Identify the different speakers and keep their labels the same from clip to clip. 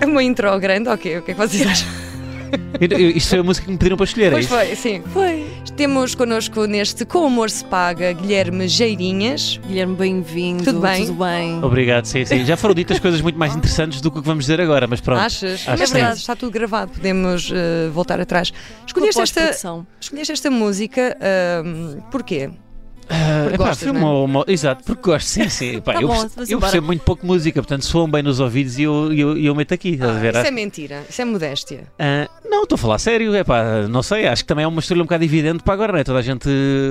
Speaker 1: É uma intro grande, ok, o que é que vocês acham?
Speaker 2: Eu- eu- Isto foi a música que me pediram para escolher, é
Speaker 1: Pois
Speaker 2: isto?
Speaker 1: foi, sim.
Speaker 3: Foi.
Speaker 1: Temos connosco neste Com Amor Se Paga Guilherme Geirinhas.
Speaker 3: Guilherme, bem-vindo.
Speaker 1: Tudo bem?
Speaker 3: Tudo bem.
Speaker 2: Obrigado, sim, sim. Já foram ditas coisas muito mais interessantes do que o que vamos dizer agora, mas pronto.
Speaker 1: Achas?
Speaker 2: acho
Speaker 1: é
Speaker 2: que
Speaker 1: verdade,
Speaker 2: sim.
Speaker 1: está tudo gravado, podemos eh, voltar atrás. Escolheste
Speaker 3: Com a
Speaker 1: esta,
Speaker 3: pós-produção.
Speaker 1: escolheste esta música ahm, porquê?
Speaker 2: Ah,
Speaker 1: Porque
Speaker 2: epá,
Speaker 1: gostas,
Speaker 2: foi
Speaker 1: não é?
Speaker 2: uma, uma- Exato, porque gosto, sim, sim. Epá,
Speaker 3: Tá
Speaker 2: eu,
Speaker 3: bom,
Speaker 2: perce-
Speaker 3: vamos
Speaker 2: eu
Speaker 3: embora.
Speaker 2: percebo muito pouco música, portanto soam bem nos ouvidos e eu, eu, eu meto aqui, estás a ver?
Speaker 1: Isso é mentira, isso é modéstia.
Speaker 2: Ah, não, estou a falar sério, epá, não sei, acho que também é uma história um bocado evidente para agora, não é? Toda a gente,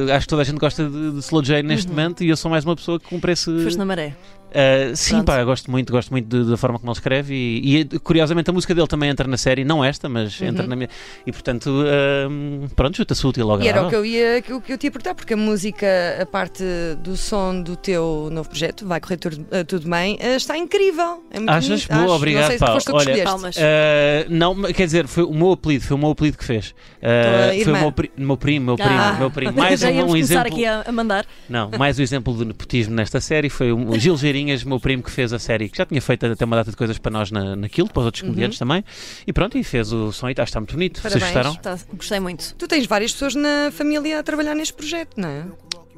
Speaker 2: acho que toda a gente gosta de, de slow jam
Speaker 1: Uhum.
Speaker 2: neste momento e eu sou mais uma pessoa que cumpre esse...
Speaker 3: Foste na maré.
Speaker 2: Ah, sim,
Speaker 3: Pronto.
Speaker 2: pá, eu gosto muito, gosto muito de- da forma como ele escreve e, e, curiosamente a música dele também entra na série, não esta, mas entra na minha. E portanto, ah, pronto, junta-se útil logo.
Speaker 1: E era o que eu ia que, o que eu te ia perguntar, porque a música, a parte do som do teu novo projeto, vai correr tudo, eh, tudo bem, eh, está incrível. É muito
Speaker 2: Achas?
Speaker 1: bonito,
Speaker 2: Boa,
Speaker 1: acho.
Speaker 2: obrigado,
Speaker 1: Não sei se
Speaker 2: Paulo.
Speaker 1: foste tu que
Speaker 2: Olha,
Speaker 1: escolheste.
Speaker 3: Palmas.
Speaker 2: Ah, não, mas quer dizer, foi o meu apelido, foi o meu apelido que fez. Ah,
Speaker 1: Tua
Speaker 2: foi o
Speaker 1: irmã.
Speaker 2: meu, pri- meu primo, meu primo,
Speaker 3: Ah.
Speaker 2: meu primo. Mais
Speaker 3: Já
Speaker 2: um,
Speaker 3: íamos
Speaker 2: um
Speaker 3: começar
Speaker 2: exemplo.
Speaker 3: aqui a, a mandar.
Speaker 2: Não, mais um exemplo de nepotismo nesta série foi o Gil Geirinhas, meu primo, que fez a série, que já tinha feito até uma data de coisas para nós na, naquilo, para os outros comediantes também. E pronto, e fez o som e acho que está muito bonito.
Speaker 1: Parabéns.
Speaker 2: Vocês gostaram?
Speaker 3: Tá, gostei muito.
Speaker 1: Tu tens várias pessoas na família a trabalhar neste projeto, não é?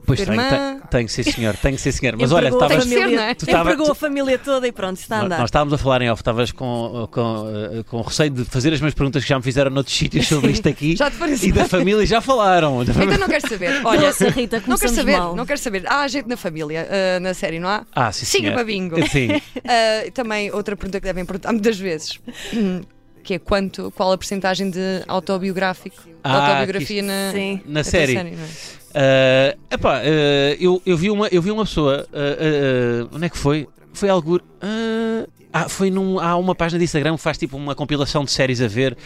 Speaker 2: Pois
Speaker 1: Tua
Speaker 2: tenho,
Speaker 1: irmã.
Speaker 2: tenho, tenho, sim senhor, tenho, sim senhor. Mas olha,
Speaker 3: Empregou a
Speaker 2: estavas.
Speaker 1: Tem que ser,
Speaker 3: família,
Speaker 1: não é?
Speaker 2: Tu tava-
Speaker 3: empregou
Speaker 2: tu-
Speaker 3: a família toda e pronto, está a
Speaker 2: Nós
Speaker 3: andar.
Speaker 2: nós estávamos a falar em off, estavas com, com, eh, com receio de fazer as minhas perguntas que já me fizeram noutros sítios sobre isto aqui
Speaker 1: Já te pareceu.
Speaker 2: e da família já falaram. Da
Speaker 1: Então
Speaker 2: família-
Speaker 1: não quero saber. Olha,
Speaker 3: Nossa, Rita,
Speaker 1: não quero
Speaker 3: começamos
Speaker 1: saber,
Speaker 3: mal.
Speaker 1: não quero saber. Há gente na família, ah, na série, não há?
Speaker 2: Ah, sim,
Speaker 1: Siga
Speaker 2: senhor.
Speaker 1: para bingo.
Speaker 2: Sim.
Speaker 1: Ah, também outra pergunta que devem perguntar muitas vezes. hum, Que é quanto, qual a porcentagem de autobiográfico, de
Speaker 2: Ah,
Speaker 1: autobiografia
Speaker 2: que
Speaker 1: na,
Speaker 3: Sim.
Speaker 2: Na
Speaker 1: na tua
Speaker 2: série.
Speaker 1: não é?
Speaker 2: Ah, epá, ah, eu, eu, vi uma, eu vi uma pessoa. ah, ah, ah, onde é que foi? Foi algo. ah, foi num. Há uma página de Instagram que faz tipo uma compilação de séries a ver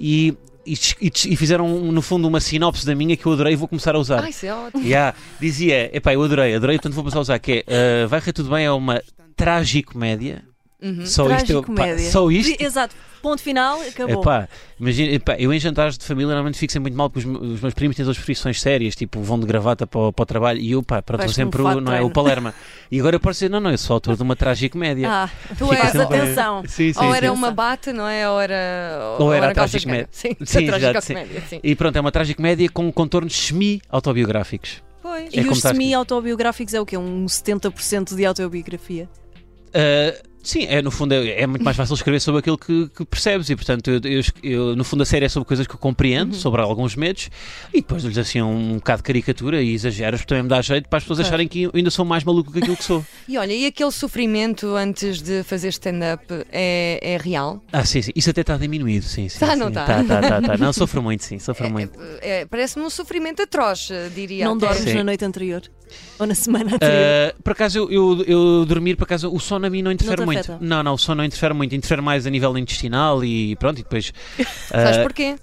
Speaker 2: e, e, des- e des- e fizeram no fundo uma sinopse da minha que eu adorei e vou começar a usar.
Speaker 1: Ah, isso é ótimo.
Speaker 2: Yeah. Dizia, epá, eu adorei, adorei, portanto vou passar a usar, que é, ah, vai correr tudo bem, é uma tragicomédia.
Speaker 3: Uhum.
Speaker 2: Só isto, eu- pá,
Speaker 3: Tragicomédia.
Speaker 2: só isto
Speaker 3: Exato. Ponto final, acabou.
Speaker 2: Epá, imagina, epá, eu em jantares de família normalmente fico sempre muito mal porque os, me- os meus primos têm todas profissões sérias, tipo vão de gravata para, o- para o trabalho e eu, pá, pronto,
Speaker 3: Vais
Speaker 2: vou sempre
Speaker 3: com um fato
Speaker 2: o, não é, o
Speaker 3: treino.
Speaker 2: Palerma. E agora eu posso dizer, não, não, eu sou autor de uma tragicomédia.
Speaker 3: Ah, tu
Speaker 2: Fico
Speaker 3: és,
Speaker 2: sempre-
Speaker 3: atenção.
Speaker 2: Sim, sim,
Speaker 1: ou
Speaker 2: sim.
Speaker 1: era uma bata, não é? Ou era,
Speaker 2: Ou era a
Speaker 1: calças
Speaker 2: tragicomédia.
Speaker 1: ganga. Sim,
Speaker 2: Sim,
Speaker 1: a
Speaker 2: exato, sim.
Speaker 1: tragicomédia, sim.
Speaker 2: E pronto, é uma tragicomédia com contornos semi-autobiográficos.
Speaker 1: Pois.
Speaker 3: E
Speaker 2: É como
Speaker 3: os
Speaker 2: estás-
Speaker 3: semi-autobiográficos é o quê? Um 70% de autobiografia.
Speaker 2: Ah, sim, é, no fundo é, é muito mais fácil escrever sobre aquilo que, que percebes e portanto eu, eu es- eu, no fundo a série é sobre coisas que eu compreendo,
Speaker 1: Uhum.
Speaker 2: sobre alguns medos e depois lhes assim um, bocado de caricatura e exageros também me dá jeito para as pessoas acharem que eu ainda sou mais maluco que aquilo que sou.
Speaker 1: E olha, e aquele sofrimento antes de fazer stand-up é, é real?
Speaker 2: Ah, sim, sim. Isso até está diminuído, sim, sim.
Speaker 1: Tá,
Speaker 2: sim.
Speaker 1: não tá?
Speaker 2: Tá, tá, tá, tá. Não, sofro muito, sim, sofro muito.
Speaker 1: É, é, Parece-me um sofrimento atroz, eh, diria.
Speaker 3: Não
Speaker 1: até.
Speaker 3: dormes
Speaker 2: Sim.
Speaker 3: na noite anterior. Ou na semana anterior.
Speaker 2: Ah, por acaso, eu, eu, eu dormir, por acaso, o sono a mim não interfere
Speaker 3: te
Speaker 2: muito.
Speaker 3: afeta?
Speaker 2: Não, não, o sono não interfere muito. Interfere mais a nível intestinal e pronto, e depois.
Speaker 1: Sabes
Speaker 2: ah,
Speaker 1: porquê?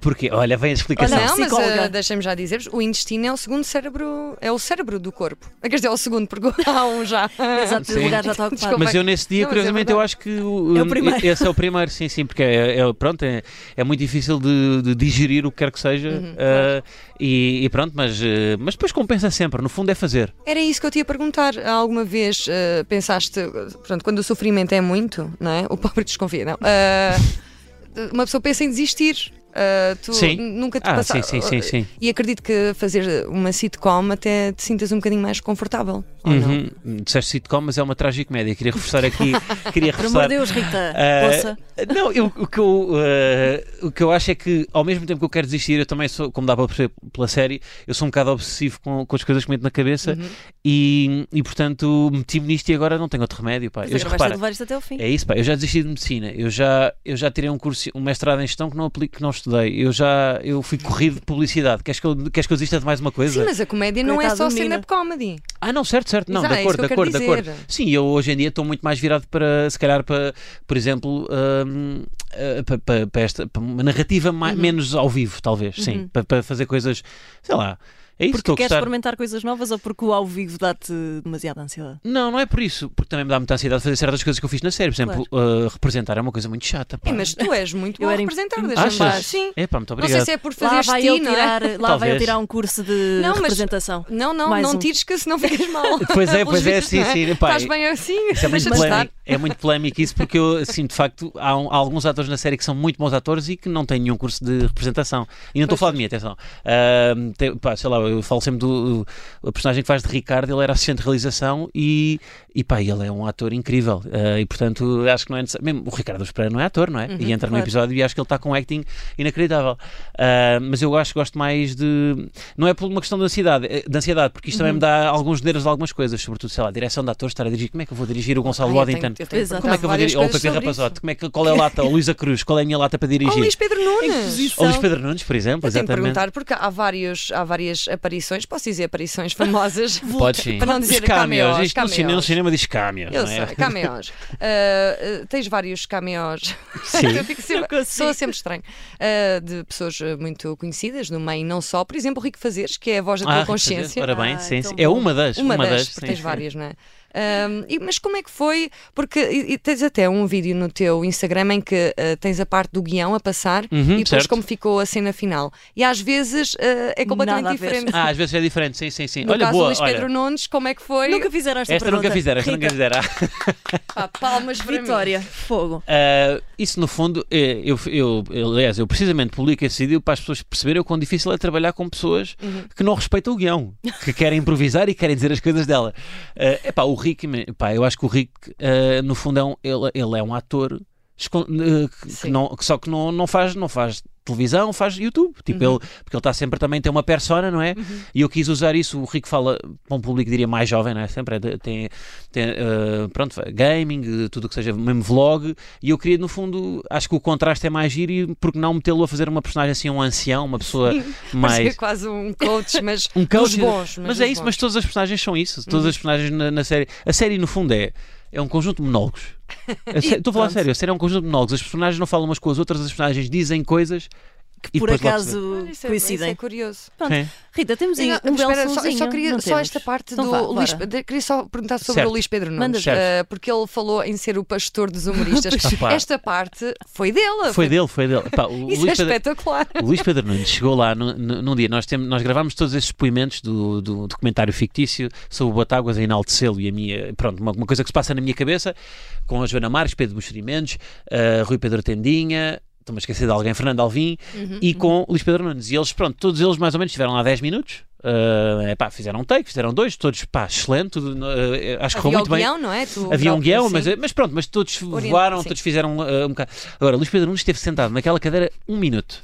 Speaker 2: Porque, olha, vem a explicação.
Speaker 3: Olha,
Speaker 1: Não, mas
Speaker 3: psicóloga.
Speaker 1: eh, deixem-me já dizer-vos: o intestino é o segundo cérebro, é o cérebro do corpo. Ah, Quer dizer, é o segundo, porque há um já.
Speaker 3: Exato, o
Speaker 2: sim.
Speaker 3: lugar já está ocupado.
Speaker 1: Desculpa.
Speaker 2: Mas eu nesse dia,
Speaker 1: Não, mas é
Speaker 2: curiosamente, eu
Speaker 1: verdade.
Speaker 2: acho que o-
Speaker 3: É o primeiro.
Speaker 2: esse é o primeiro, sim, sim, porque é, é- pronto, é, é muito difícil de, de digerir o que quer que seja ah, e, e pronto, mas, eh, mas depois compensa sempre, no fundo é fazer.
Speaker 1: Era isso que eu te ia perguntar. Alguma vez eh, pensaste, eh, pronto, quando o sofrimento é muito, não é? O pobre desconfia, não. Ah, uma pessoa pensa em desistir. Ah, tu
Speaker 2: Sim.
Speaker 1: n- nunca te
Speaker 2: Ah,
Speaker 1: passaste.
Speaker 2: sim, sim, sim, sim.
Speaker 1: E acredito que fazer uma sitcom até te sintas um bocadinho mais confortável. ou não?
Speaker 2: Uhum. Disseste sitcom, mas é uma tragicomédia. Queria reforçar aqui. queria
Speaker 3: Por
Speaker 2: reforçar.
Speaker 3: amor de Deus, Rita.
Speaker 2: Ah,
Speaker 3: Poça.
Speaker 2: não, eu- o, que eu, ah, o que eu acho é que, ao mesmo tempo que eu quero desistir, eu também sou, como dá para perceber pela série, eu sou um bocado obsessivo com, com as coisas que meto na cabeça
Speaker 3: Uhum.
Speaker 2: e, e, portanto, meti-me nisto e agora não tenho outro remédio. Pá.
Speaker 3: Mas
Speaker 2: Eu,
Speaker 3: agora vais ter
Speaker 2: repara,
Speaker 3: de levar isto até ao fim.
Speaker 2: é isso, pá. Eu já desisti de medicina. Eu já, eu já tirei um curso, um mestrado em gestão que não aplico, que não estudei. Eu já eu fui corrido de publicidade. Queres que eu, queres que eu desista de mais uma coisa?
Speaker 1: Sim, mas a comédia não é
Speaker 3: Coitado
Speaker 1: só
Speaker 3: do menino.
Speaker 1: stand-up comedy.
Speaker 2: Ah, não, certo, certo, não,
Speaker 1: Exato,
Speaker 2: de
Speaker 1: é isso
Speaker 2: acordo,
Speaker 1: que eu
Speaker 2: de acordo, de
Speaker 1: quero
Speaker 2: acordo.
Speaker 1: dizer.
Speaker 2: Sim, eu hoje em dia estou muito mais virado para, se calhar, para, por exemplo, hum, eh, para, para-
Speaker 1: Uhum.
Speaker 2: para esta, para uma narrativa mai- menos ao vivo, talvez, sim, para, para fazer coisas, sei lá. É isso
Speaker 3: Porque
Speaker 2: que
Speaker 3: queres
Speaker 2: estou a gostar.
Speaker 3: experimentar coisas novas ou porque o ao vivo dá-te demasiada ansiedade?
Speaker 2: Não, não é por isso, porque também me dá muita ansiedade fazer certas coisas que eu fiz na série. Por exemplo, uh, representar é uma coisa muito chata. Pá.
Speaker 1: Ei, mas tu és muito
Speaker 3: Eu
Speaker 1: bom a
Speaker 3: era
Speaker 1: representar,
Speaker 3: imp-
Speaker 1: deixa-me
Speaker 2: Achas?
Speaker 1: lá. Sim.
Speaker 2: É pá, muito
Speaker 1: Não sei
Speaker 2: obrigado.
Speaker 1: se é por
Speaker 3: Lá
Speaker 1: fazer
Speaker 3: vai
Speaker 1: ti,
Speaker 3: ele
Speaker 1: não é?
Speaker 3: tirar, lá vai
Speaker 2: Talvez.
Speaker 3: ele tirar um curso de
Speaker 1: Não, mas-
Speaker 3: representação.
Speaker 1: Não, não,
Speaker 3: Mais
Speaker 1: não
Speaker 3: um.
Speaker 1: tires que senão ficas mal.
Speaker 2: Pois é, pois é,
Speaker 1: Pelos vistos,
Speaker 2: sim,
Speaker 1: não
Speaker 2: sim. Epá,
Speaker 1: Estás bem assim?
Speaker 2: Isso é
Speaker 1: Deixa
Speaker 2: muito,
Speaker 1: de estar.
Speaker 2: polémico, é muito polémico isso porque eu, assim, de facto, há, um- há alguns atores na série que são muito bons atores e que não têm nenhum curso de representação. E não estou a falar de mim, atenção. Ahm, tem- pá, sei lá, eu falo sempre do o personagem que faz de Ricardo, ele era assistente de realização e, e pá, ele é um ator incrível. Ah, e portanto, acho que não é necessário. Mesmo o Ricardo Espera não é ator, não é?
Speaker 1: Uhum,
Speaker 2: e entra no
Speaker 3: claro.
Speaker 2: episódio e acho que ele está com um acting inacreditável. Ah, mas eu acho que gosto mais de. Não é por uma questão de ansiedade, é de ansiedade porque isto também me dá alguns generos de algumas coisas, sobretudo, sei lá, direção de atores, estar a dirigir. Como é que eu vou dirigir o Gonçalo
Speaker 1: Ai, eu tenho-
Speaker 2: Waddington?
Speaker 1: eu tenho
Speaker 3: Exato.
Speaker 2: Como é que eu vou
Speaker 1: várias
Speaker 2: dirigir? Ou o
Speaker 1: coisas
Speaker 2: Pepe
Speaker 1: sobre
Speaker 2: Rapazote? Como é que, qual é a lata? Ou Luísa Cruz? Qual é a minha lata para
Speaker 1: isso. Ou
Speaker 2: dirigir?
Speaker 1: Luís Pedro Nunes.
Speaker 2: Ou Luís Pedro Nunes, por exemplo,
Speaker 1: Eu tenho que
Speaker 2: exatamente.
Speaker 1: perguntar, porque há, vários, há várias aparições, posso dizer aparições famosas,
Speaker 2: Podes sim.
Speaker 1: para não
Speaker 2: Os
Speaker 1: dizer
Speaker 2: cameos.
Speaker 1: cameos.
Speaker 2: Isto no cinema- No
Speaker 1: cameos.
Speaker 2: cinema diz cameos,
Speaker 1: Eu
Speaker 2: não é?
Speaker 1: sei, cameos. Ah, ah, tens vários cameos. Eu
Speaker 2: Sim.
Speaker 1: fico sempre-
Speaker 3: Não consigo.
Speaker 1: sou sempre estranho. Ah, de pessoas ah, muito conhecidas no meio, não só. Por exemplo, o Rico Fazeres, que é a voz da tua
Speaker 2: Ah,
Speaker 1: consciência. então
Speaker 2: Ora bem,
Speaker 3: Ah,
Speaker 2: sim,
Speaker 3: tão
Speaker 2: sim. É
Speaker 3: bom.
Speaker 2: uma das.
Speaker 1: Uma, das,
Speaker 2: sim,
Speaker 1: porque tens
Speaker 2: sim.
Speaker 1: várias, não é? Ahm, e- mas como é que foi? Porque e- e tens até um vídeo no teu Instagram em que ah, tens a parte do guião a passar
Speaker 2: Uhum,
Speaker 1: e depois
Speaker 2: certo.
Speaker 1: como ficou a cena final. E às vezes ah, é completamente
Speaker 3: Nada a ver.
Speaker 1: diferente.
Speaker 2: Ah, às vezes é diferente, sim, sim, sim.
Speaker 1: No
Speaker 2: olha,
Speaker 1: caso
Speaker 2: boa.
Speaker 1: do Luís
Speaker 2: olha,
Speaker 1: Pedro Nunes, como é que foi?
Speaker 3: Nunca fizeram esta,
Speaker 2: esta
Speaker 3: pergunta.
Speaker 2: nunca fizeram, esta
Speaker 3: Rita,
Speaker 2: nunca fizeram.
Speaker 1: Pá, palmas para mim.
Speaker 3: Vitória, fogo.
Speaker 2: Ah, isso no fundo, é, eu, eu, aliás, eu precisamente publico esse vídeo para as pessoas perceberem o quão difícil é trabalhar com pessoas que não respeitam o guião, que querem improvisar e querem dizer as coisas dela. É epá, o Rick, me- epá, eu acho que o Rick, ah, no fundo, é um, ele, ele é um ator escon- eh, que,
Speaker 1: Sim.
Speaker 2: que não, que só que não, não faz, não faz televisão, faz YouTube. Tipo, ele, porque ele está sempre também, tem uma persona, não é? E eu quis usar isso. O Rico fala para um público, diria, mais jovem, não é? Sempre é de- tem, tem, eh, pronto, gaming, eh, tudo o que seja, mesmo vlog. E eu queria, no fundo, acho que o contraste é mais giro e porque não metê-lo a fazer uma personagem assim, um ancião, uma pessoa
Speaker 1: Parecia
Speaker 2: mais.
Speaker 1: quase um coach, mas
Speaker 2: Um
Speaker 1: dos
Speaker 2: coach,
Speaker 1: bons.
Speaker 2: Mas
Speaker 1: dos
Speaker 2: é isso,
Speaker 1: bons.
Speaker 2: mas todas as personagens são isso. Todas as personagens na, na série. A série, no fundo, é, é um conjunto de monólogos. A sé- Estou a falar
Speaker 3: pronto.
Speaker 2: sério, a série é um conjunto de monólogos. As personagens não falam umas com as outras, as personagens dizem coisas que
Speaker 3: Por acaso
Speaker 1: Olha, isso é- Isso
Speaker 3: coincidem.
Speaker 1: é curioso.
Speaker 3: Pronto. Rita, temos aí
Speaker 1: Não,
Speaker 3: um belo
Speaker 1: espera, só, eu
Speaker 3: sonzinho.
Speaker 1: só queria
Speaker 3: Não
Speaker 1: só
Speaker 3: temos.
Speaker 1: esta parte
Speaker 3: Então
Speaker 1: do
Speaker 3: vá,
Speaker 1: Luís.
Speaker 3: bora.
Speaker 1: de- Queria só perguntar sobre
Speaker 2: Certo.
Speaker 1: o Luís Pedro
Speaker 3: Manda
Speaker 1: Nunes,
Speaker 2: ver.
Speaker 1: eh, porque ele falou em ser o pastor dos humoristas.
Speaker 2: Opa.
Speaker 1: esta parte foi dela.
Speaker 2: Foi dele, foi dele. Epá, o
Speaker 1: Isso é
Speaker 2: Luís Pedro-
Speaker 1: espetacular.
Speaker 2: O Luís Pedro Nunes chegou lá no- no- num dia. Nós, temos, nós gravámos todos esses depoimentos do, do documentário fictício sobre o Batáguas a enaltecê-lo e a minha. Pronto, uma, uma coisa que se passa na minha cabeça com a Joana Marques, Pedro Buxerimentos, eh, Rui Pedro Tendinha. Estou-me a esquecer de alguém, Fernando Alvim e com o Luís Pedro Nunes. E eles, pronto, todos eles mais ou menos estiveram lá 10 minutos. Eh, epá, fizeram um take, fizeram dois, todos, pá, excelente. tudo, eh, acho que correu
Speaker 1: Havia o
Speaker 2: muito bem.
Speaker 1: guião, não é? Tu
Speaker 2: Havia um
Speaker 1: próprio,
Speaker 2: guião,
Speaker 1: sim.
Speaker 2: mas, mas pronto, mas todos
Speaker 1: Orienta-
Speaker 2: voaram,
Speaker 1: sim.
Speaker 2: todos fizeram ah, um bocado. Agora, Luís Pedro Nunes esteve sentado naquela cadeira um minuto.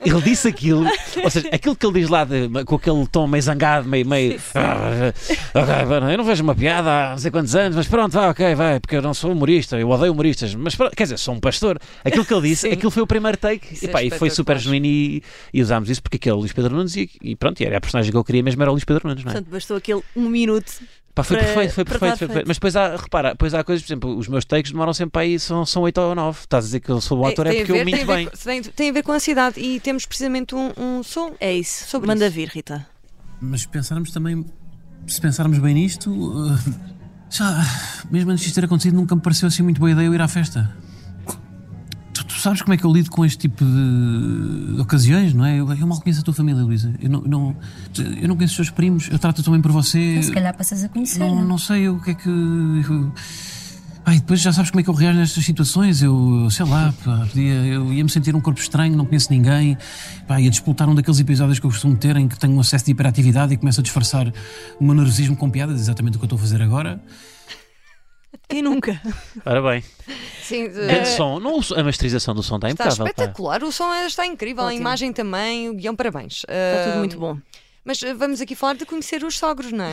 Speaker 2: Ele disse aquilo, ou seja, aquilo que ele diz lá de- com aquele tom meio zangado, meio. meio "Ah, ok, bueno, eu não vejo uma piada há não sei quantos anos, mas pronto, vá, ok, vai, porque eu não sou humorista, eu odeio humoristas, mas pronto, quer dizer, sou um pastor. Aquilo que ele disse,
Speaker 1: Sim.
Speaker 2: aquilo foi o primeiro take
Speaker 1: Isso é
Speaker 2: e, pá, e foi super
Speaker 1: espetacular.
Speaker 2: genuíno e, e usámos isso porque aquele Luís Pedro Nunes e, e pronto, e era a personagem que eu queria mesmo, era o Luís Pedro Nunes, não é?
Speaker 3: Portanto, bastou aquele um minuto.
Speaker 2: Pá, foi
Speaker 3: para-
Speaker 2: perfeito, foi
Speaker 3: para
Speaker 2: perfeito,
Speaker 3: dar
Speaker 2: foi
Speaker 3: feito.
Speaker 2: perfeito. Mas depois há, repara, depois há coisas, por exemplo, os meus takes demoram sempre para aí, são, são 8 ou 9. Estás a dizer que eu sou bom
Speaker 1: Tem-
Speaker 2: ator, é
Speaker 1: tem a
Speaker 2: porque
Speaker 1: ver-
Speaker 2: eu minto
Speaker 1: tem a ver
Speaker 2: bem.
Speaker 1: com- Tem, tem a ver com a ansiedade e temos precisamente um, um som.
Speaker 3: É isso.
Speaker 1: Sobre
Speaker 3: Manda
Speaker 1: isso.
Speaker 3: vir, Rita.
Speaker 2: Mas pensarmos também, se pensarmos bem nisto, eh, já, mesmo antes disto ter acontecido, nunca me pareceu assim muito boa ideia eu ir à festa. Tu, tu sabes como é que eu lido com este tipo de, de ocasiões, não é? Eu, eu mal conheço a tua família, Luísa. Eu não, eu não, eu não conheço os teus primos, eu trato também por você.
Speaker 4: Se calhar passas a conhecer.
Speaker 2: Não, não sei eu, o que é que. eu- Ai, depois já sabes como é que eu reajo nestas situações. Eu, eu sei lá, pá, podia, eu ia-me sentir um corpo estranho, não conheço ninguém. Pá, ia disputar um daqueles episódios que eu costumo ter em que tenho um acesso de hiperatividade e começo a disfarçar o meu nervosismo com piadas, exatamente o que eu estou a fazer agora.
Speaker 3: Quem nunca?
Speaker 2: Ora bem,
Speaker 1: Sim, eh,
Speaker 2: som. Não, a masterização do som está
Speaker 1: está espetacular. O som é- está incrível, a
Speaker 3: Ótimo.
Speaker 1: imagem também, o guião, parabéns.
Speaker 3: Está
Speaker 1: Ah,
Speaker 3: tudo muito bom.
Speaker 1: Mas eh, vamos aqui falar de conhecer os sogros, não é?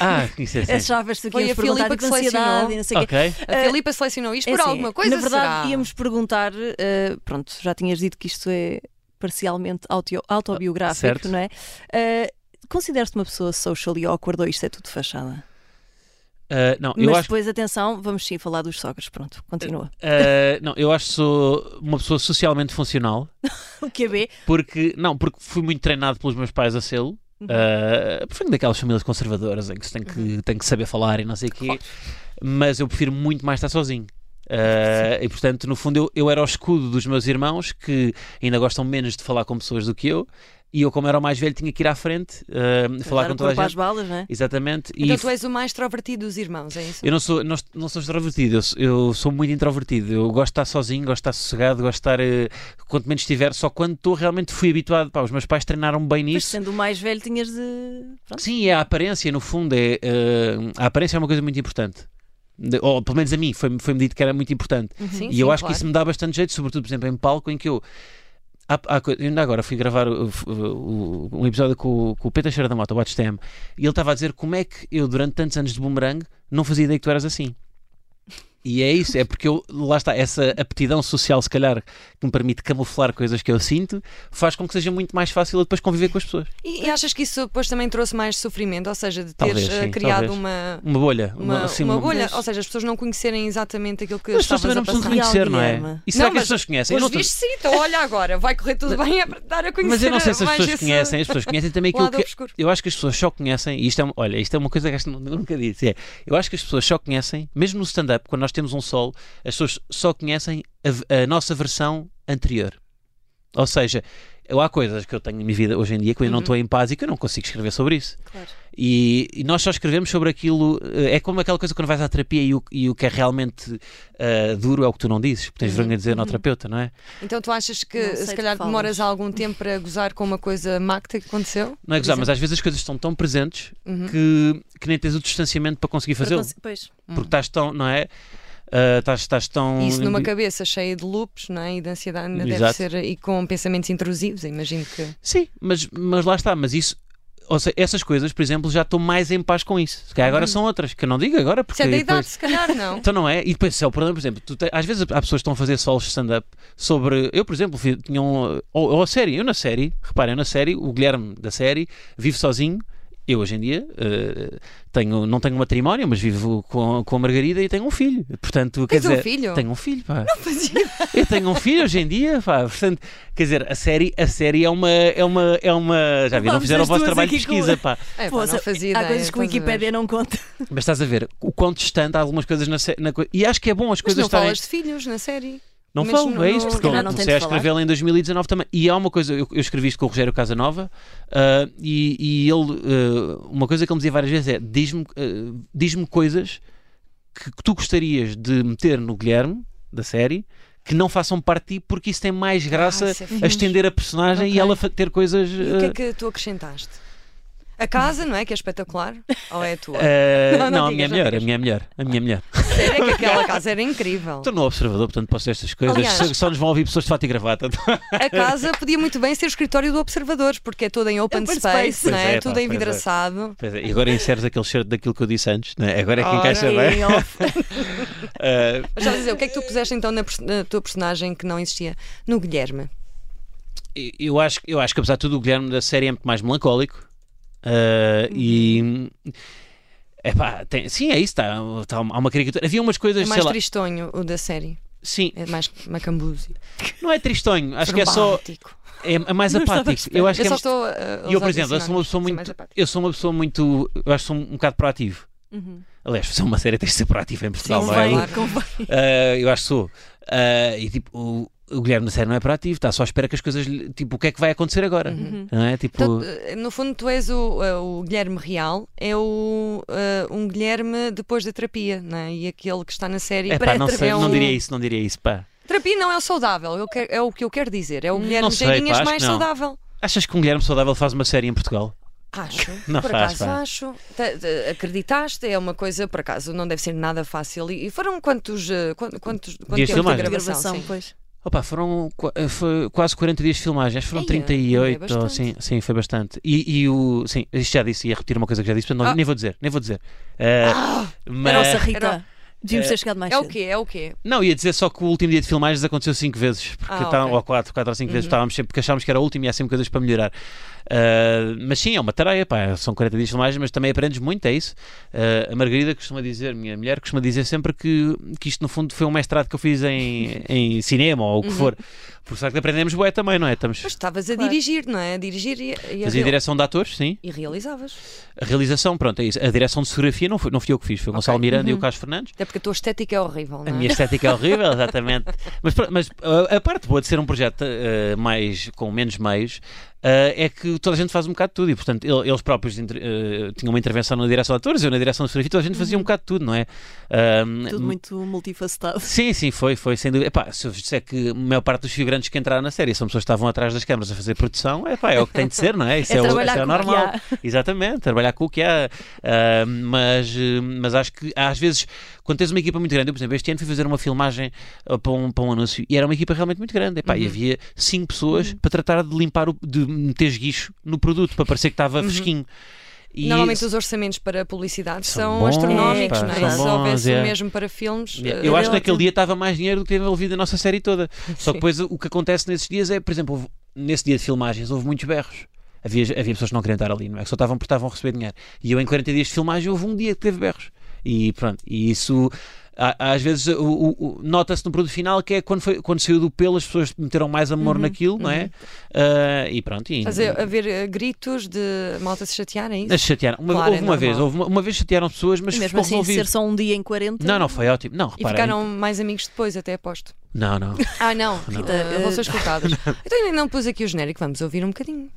Speaker 2: Ah, isso
Speaker 3: É chaves tu que
Speaker 1: Foi
Speaker 3: íamos
Speaker 1: a Filipa
Speaker 3: perguntar
Speaker 1: que
Speaker 3: de ansiedade
Speaker 1: selecionou.
Speaker 3: e não sei o quê.
Speaker 1: A Filipa selecionou isto
Speaker 3: É
Speaker 1: por
Speaker 3: assim,
Speaker 1: alguma coisa.
Speaker 3: Na verdade,
Speaker 1: será?
Speaker 3: íamos perguntar, eh, pronto, já tinhas dito que isto é parcialmente auto- autobiográfico,
Speaker 2: Certo.
Speaker 3: não é? Eh, Consideras-te uma pessoa socially awkward ou isto é tudo fachada?
Speaker 2: Ah, não,
Speaker 3: Mas depois, atenção, vamos sim falar dos sogros, pronto, continua.
Speaker 2: ah, Uh, não, eu acho que sou uma pessoa socialmente funcional.
Speaker 3: o QB.
Speaker 2: Porque, não, porque fui muito treinado pelos meus pais a sê-lo.
Speaker 3: Uhum.
Speaker 2: Uh, porque venho daquelas famílias conservadoras em que se tem que,
Speaker 1: Uhum.
Speaker 2: tem que saber falar e não sei o quê. Mas eu prefiro muito mais estar sozinho. Uh, e portanto, no fundo, eu, eu era o escudo dos meus irmãos que ainda gostam menos de falar com pessoas do que eu. E eu, como era o mais velho, tinha que ir à frente uh, falar
Speaker 3: Dar
Speaker 2: com
Speaker 3: o
Speaker 2: toda a
Speaker 3: corpo às
Speaker 2: gente.
Speaker 3: balas, não é?
Speaker 2: Exatamente. E
Speaker 1: Então tu és o mais extrovertido dos irmãos, é isso?
Speaker 2: eu não sou, não, não sou extrovertido, eu sou, eu sou muito introvertido. Eu gosto de estar sozinho, gosto de estar sossegado, gosto de estar. eh, quanto menos estiver, só quando estou realmente fui habituado. Pá, os meus pais treinaram bem
Speaker 3: Mas
Speaker 2: nisso.
Speaker 3: sendo o mais velho, tinhas de. Pronto.
Speaker 2: Sim, é a aparência, no fundo, é. eh, a aparência é uma coisa muito importante. De- ou pelo menos a mim, foi- foi-me dito que era muito importante.
Speaker 1: Uhum. Sim,
Speaker 2: E eu
Speaker 1: sim,
Speaker 2: acho
Speaker 1: claro.
Speaker 2: que isso me dá bastante jeito, sobretudo, por exemplo, em palco, em que eu. há- há coi- ainda agora fui gravar o- o- um episódio com, o- com o Peter Cheira da Mota, o Watch TM, e ele estava a dizer como é que eu, durante tantos anos de boomerang, não fazia ideia que tu eras assim. E é isso, é porque eu, lá está, essa aptidão social, se calhar, que me permite camuflar coisas que eu sinto, faz com que seja muito mais fácil eu depois conviver com as pessoas.
Speaker 1: E, e achas que isso depois também trouxe mais sofrimento? Ou seja, de teres
Speaker 2: Talvez,
Speaker 1: eh,
Speaker 2: sim,
Speaker 1: criado
Speaker 2: talvez.
Speaker 1: uma,
Speaker 2: Uma bolha.
Speaker 1: uma,
Speaker 2: assim,
Speaker 1: uma
Speaker 2: uma-
Speaker 1: bolha?
Speaker 3: Mas-
Speaker 1: Ou seja, as pessoas não conhecerem exatamente aquilo que
Speaker 2: Mas as pessoas
Speaker 1: estavas
Speaker 2: também
Speaker 1: a
Speaker 2: não precisam de
Speaker 1: passar.
Speaker 2: reconhecer, não é?
Speaker 3: Guilherme.
Speaker 2: E será
Speaker 1: Não,
Speaker 2: que as
Speaker 1: mas
Speaker 2: pessoas conhecem? Eu
Speaker 1: Os
Speaker 2: não tô-
Speaker 1: vistos, sim, então olha agora, vai correr tudo bem, é para dar a conhecer.
Speaker 2: Mas eu não sei se as
Speaker 1: mais
Speaker 2: pessoas
Speaker 1: esse
Speaker 2: conhecem, as pessoas conhecem também aquilo
Speaker 1: lado
Speaker 2: que.
Speaker 1: obscuro.
Speaker 2: Eu acho que as pessoas só conhecem, e isto é, um- olha, isto é uma coisa que acho que nu- nunca disse. É, eu acho que as pessoas só conhecem, mesmo no stand-up, quando nós temos um solo, as pessoas só conhecem a v- a, nossa versão anterior. Ou seja, eu- há coisas que eu tenho na minha vida hoje em dia que eu ainda não estou em paz e que eu não consigo escrever sobre isso.
Speaker 3: Uhum. Claro.
Speaker 2: E, e nós só escrevemos sobre aquilo. eh, É como aquela coisa quando vais à terapia e o, e o que é realmente eh, duro é o que tu não dizes, porque tens
Speaker 3: Uhum,
Speaker 2: vergonha de dizer no terapeuta, não é?
Speaker 1: Então tu achas
Speaker 3: Não
Speaker 1: que
Speaker 3: sei
Speaker 1: se
Speaker 3: de
Speaker 1: calhar
Speaker 3: que falas.
Speaker 1: demoras algum tempo para gozar com uma coisa macta que aconteceu?
Speaker 2: Não é
Speaker 1: Por
Speaker 2: gozar,
Speaker 1: exemplo.
Speaker 2: mas às vezes as coisas estão tão presentes que, que nem tens o distanciamento para conseguir
Speaker 3: Uhum. Para
Speaker 2: fazê-lo.
Speaker 3: consi- Pois.
Speaker 2: Porque estás tão, não é? Ah, estás, estás tão.
Speaker 1: E Hum. Isso numa cabeça cheia de loops não é? e de ansiedade ainda deve
Speaker 2: Exato.
Speaker 1: ser e com pensamentos intrusivos, imagino que.
Speaker 2: Sim, mas, mas lá está. Mas isso. Ou seja, essas coisas, por exemplo, já estou mais em paz com isso. Se calhar
Speaker 1: Uhum.
Speaker 2: agora são outras, que eu não digo agora, porque.
Speaker 1: Se é da
Speaker 2: depois-
Speaker 1: idade, se calhar não.
Speaker 2: Então não é? E depois, se é o problema, por exemplo, tu te- às vezes há pessoas que estão a fazer solos de stand-up sobre. Eu, por exemplo, fiz- tinha um. Ou, ou a série, eu na série, reparem, eu na série, o Guilherme da série vive sozinho. Eu hoje em dia eh, tenho, não tenho matrimónio, mas vivo com, com a Margarida e tenho um filho. Portanto, quer
Speaker 1: Tens um
Speaker 2: dizer,
Speaker 1: filho?
Speaker 2: tenho um filho, pá. Eu tenho um filho hoje em dia, pá. Portanto, quer dizer, a série, a série é uma. É uma, é uma já viram,
Speaker 3: Vamos
Speaker 2: fizeram o
Speaker 3: as
Speaker 2: vosso
Speaker 3: duas
Speaker 2: trabalho de
Speaker 3: aqui com-
Speaker 2: pesquisa, pá.
Speaker 1: É, pá,
Speaker 3: Poxa,
Speaker 1: não fazia
Speaker 3: há
Speaker 1: ideia,
Speaker 3: coisas que
Speaker 1: estás a ver.
Speaker 3: o Wikipédia não conta.
Speaker 2: Mas estás a ver o quão distante há algumas coisas na, sé- na coi- E acho que é bom as
Speaker 1: Mas
Speaker 2: coisas
Speaker 1: não
Speaker 2: estarem.
Speaker 1: falas de filhos na série.
Speaker 2: Não
Speaker 1: Mas
Speaker 2: falo,
Speaker 1: no-
Speaker 2: é isto,
Speaker 1: no-
Speaker 2: porque eu
Speaker 3: se calhar não tem
Speaker 2: comecei a
Speaker 3: de falar.
Speaker 2: escrevê-la em 2019 também. E há uma coisa, eu, eu escrevi isto com o Rogério Casanova, ah, e, e ele, ah, uma coisa que ele me dizia várias vezes é: diz-me ah, diz-me coisas que, que tu gostarias de meter no Guilherme, da série, que não façam parte de ti, porque isso tem mais graça
Speaker 1: isso é fixe.
Speaker 2: a estender a personagem e
Speaker 3: Ok.
Speaker 2: ela fa- ter coisas.
Speaker 1: E o que é
Speaker 2: ah,
Speaker 1: que tu acrescentaste? A casa, não é? Que é espetacular? Ou é a tua?
Speaker 2: ah,
Speaker 1: Não, não
Speaker 2: não, a minha é
Speaker 1: digas, não
Speaker 2: melhor, a
Speaker 1: digas.
Speaker 2: minha é melhor, a minha é melhor.
Speaker 1: Sério, é que aquela casa era incrível.
Speaker 2: Estou no observador, portanto posso dizer estas coisas.
Speaker 1: Aliás-
Speaker 2: só, só nos vão ouvir pessoas de fato e gravata.
Speaker 1: A casa podia muito bem ser o escritório do Observador, porque é toda em open,
Speaker 3: Open
Speaker 1: space,
Speaker 3: space.
Speaker 1: não
Speaker 2: Pois
Speaker 1: é?
Speaker 2: é, pá,
Speaker 1: Tudo
Speaker 2: pois é.
Speaker 1: envidraçado.
Speaker 2: Pois é, e agora inseres aquele cheiro daquilo que eu disse antes, não é? agora é que
Speaker 1: Ora,
Speaker 2: encaixa bem.
Speaker 3: Em off.
Speaker 2: Ah,
Speaker 1: Mas estás a dizer, o que é que tu puseste então na, pers- na tua personagem que não existia? No Guilherme.
Speaker 2: eu- eu, acho, eu acho que apesar de tudo o Guilherme da série é muito mais melancólico Ah, e epá, tem, sim, é isso, tá, tá, há uma caricatura. Havia umas
Speaker 1: É
Speaker 2: coisas, sei
Speaker 1: mais
Speaker 2: lá,
Speaker 1: tristonho o da série.
Speaker 2: sim,
Speaker 1: É mais macambúzio.
Speaker 2: não é tristonho, acho que é só
Speaker 1: Dramático.
Speaker 2: é, é mais apático. Eu acho
Speaker 1: Eu
Speaker 2: que é
Speaker 1: só
Speaker 2: mais-
Speaker 1: estou.
Speaker 2: e eu, por exemplo, eu sou uma
Speaker 1: é
Speaker 2: pessoa muito. Eu sou uma pessoa muito. Eu acho que sou um bocado proativo.
Speaker 1: Uhum.
Speaker 2: Aliás, fazer uma série tens de ser proativo em Portugal, não é?
Speaker 1: vai.
Speaker 3: Convém, convém.
Speaker 2: Ah, eu acho que sou. Ah, e tipo, o, o Guilherme da série não é proativo, está só à espera que as coisas. lhe- Tipo, o que é que vai acontecer agora? Não é? Tipo,
Speaker 1: Então, eh, no fundo, tu és o, eh, o Guilherme real, é o, eh, um Guilherme depois da terapia, não é? E aquele que está na série
Speaker 2: epá,
Speaker 1: pré-
Speaker 2: não, sei,
Speaker 1: é um-
Speaker 2: não diria isso, não diria isso, pá.
Speaker 1: Terapia não é o saudável, eu quero- é o que eu quero dizer. É o Guilherme
Speaker 2: sei, pá,
Speaker 1: Geirinhas
Speaker 2: acho que
Speaker 1: mais
Speaker 2: não.
Speaker 1: saudável.
Speaker 2: Achas que um Guilherme Saudável faz uma série em Portugal?
Speaker 1: Acho,
Speaker 2: Não
Speaker 1: por
Speaker 2: faz,
Speaker 1: acaso
Speaker 2: pá.
Speaker 1: acho. Te- te- acreditaste, é uma coisa, por acaso, não deve ser nada fácil. E, e foram quantos, eh, quan- quantos, quanto
Speaker 2: Dias de
Speaker 1: tempo de
Speaker 2: filmagem?
Speaker 1: gravação?
Speaker 3: Gravação,
Speaker 1: sim?
Speaker 3: pois.
Speaker 2: Opa, foram qua- eh, foi quase 40 dias de filmagem, acho que foram
Speaker 1: Eia,
Speaker 2: 38,
Speaker 1: é
Speaker 2: ou,
Speaker 1: bastante.
Speaker 2: sim, sim, foi bastante. E, e o. Sim, isto já disse, ia repetir uma coisa que já disse, portanto, não-
Speaker 1: Ah.
Speaker 2: nem vou dizer, nem vou dizer. Ah,
Speaker 3: A
Speaker 2: mas-
Speaker 3: nossa Rita.
Speaker 1: Era-
Speaker 3: Devíamos ter chegado mais
Speaker 1: É o
Speaker 3: cedo.
Speaker 1: quê? É o quê?
Speaker 2: Não, ia dizer só que o último dia de filmagens aconteceu 5 vezes, porque
Speaker 1: Ah,
Speaker 2: tá-
Speaker 1: ok. Uhum.
Speaker 2: ou 4, 4 ou 5 vezes estávamos sempre, porque achávamos que era o último e há sempre coisas para melhorar. Ah, mas sim, é uma tarefa, pá, são 40 dias de filmagens, mas também aprendes muito, é isso. Ah, a Margarida costuma dizer, minha mulher costuma dizer sempre que, que isto no fundo foi um mestrado que eu fiz em, em cinema ou o que for, Por isso é que aprendemos bué também, não é? Estamos
Speaker 1: Uhum. Mas estavas a
Speaker 3: Claro.
Speaker 1: dirigir, não é? A dirigir e, e a
Speaker 2: fazia
Speaker 1: real-
Speaker 2: direção de atores, sim.
Speaker 1: e realizavas.
Speaker 2: A realização, pronto, é isso. A direção de fotografia não foi, não fui eu que fiz, foi o Gonçalo Miranda
Speaker 1: Uhum.
Speaker 2: e o Carlos Fernandes.
Speaker 1: Até porque a tua estética é horrível, não
Speaker 2: A
Speaker 1: é?
Speaker 2: minha estética é horrível, exatamente. Mas, pronto, mas uh, a parte boa de ser um projeto uh, mais, com menos meios uh, é que toda a gente faz um bocado de tudo e, portanto, ele- eles próprios inter- uh, tinham uma intervenção na direção de atores, eu na direção de fotografia, toda a gente
Speaker 1: Uhum.
Speaker 2: fazia um bocado de tudo, não é? Um,
Speaker 3: Tudo muito multifacetado.
Speaker 2: Sim, sim, foi, foi, sem dúvida. Epá, se eu vos disser que a maior parte dos figurantes que entraram na série são pessoas que estavam atrás das câmaras a fazer produção, epá, é o que tem de ser, não é? Isso
Speaker 3: É
Speaker 2: é, o,
Speaker 3: trabalhar
Speaker 2: isso é o
Speaker 3: com o que
Speaker 2: normal.
Speaker 3: há.
Speaker 2: Exatamente, trabalhar com o que há. Ah, mas, eh, mas acho que às vezes, quando tens uma equipa muito grande, eu, por exemplo, este ano fui fazer uma filmagem ah, para um, para um anúncio e era uma equipa realmente muito grande. Epá,
Speaker 3: Uhum.
Speaker 2: E havia cinco pessoas para tratar de limpar, o, de meter esguicho no produto, para parecer que
Speaker 3: Uhum.
Speaker 2: estava fresquinho. E-
Speaker 1: Normalmente os orçamentos para publicidade são,
Speaker 2: São bons,
Speaker 1: astronómicos,
Speaker 2: pá,
Speaker 1: não é?
Speaker 3: são
Speaker 1: E se
Speaker 2: bons,
Speaker 1: houvesse
Speaker 2: é.
Speaker 1: o mesmo para filmes.
Speaker 2: Yeah,
Speaker 1: eh,
Speaker 2: Eu acho que
Speaker 1: era
Speaker 2: naquele
Speaker 1: ótimo.
Speaker 2: dia estava mais dinheiro do que teve envolvido a nossa série toda. Só que
Speaker 1: Sim.
Speaker 2: depois o que acontece nesses dias é, por exemplo, houve- nesse dia de filmagens houve muitos berros. Havia, havia pessoas que não queriam estar ali, não é? Que só estavam porque estavam a receber dinheiro. E eu, em 40 dias de filmagem, houve um dia que teve berros. E pronto, e isso. a- Às vezes o- o- o- nota-se no produto final que é quando, foi, quando saiu do pelo, as pessoas meteram mais amor naquilo, não é? Ah, e pronto. E,
Speaker 1: Uhum, Mas é- haver eh, gritos de malta se chatear, é isso?
Speaker 2: Mas chatearam. Uma,
Speaker 1: Claro,
Speaker 2: houve
Speaker 1: é
Speaker 2: uma vez,
Speaker 1: normal.
Speaker 2: houve uma, uma vez chatearam pessoas, mas
Speaker 3: E mesmo
Speaker 2: ficou
Speaker 3: assim, ser
Speaker 2: resolvido.
Speaker 3: só um dia em 40.
Speaker 2: Não, não, foi ótimo. Não,
Speaker 1: E
Speaker 2: reparem.
Speaker 1: ficaram mais amigos depois, até aposto.
Speaker 2: Não, não.
Speaker 1: Ah, não, Rita,
Speaker 3: Não.
Speaker 1: eh, vão ser escutadas. Então ainda não pus aqui o genérico, vamos ouvir um bocadinho.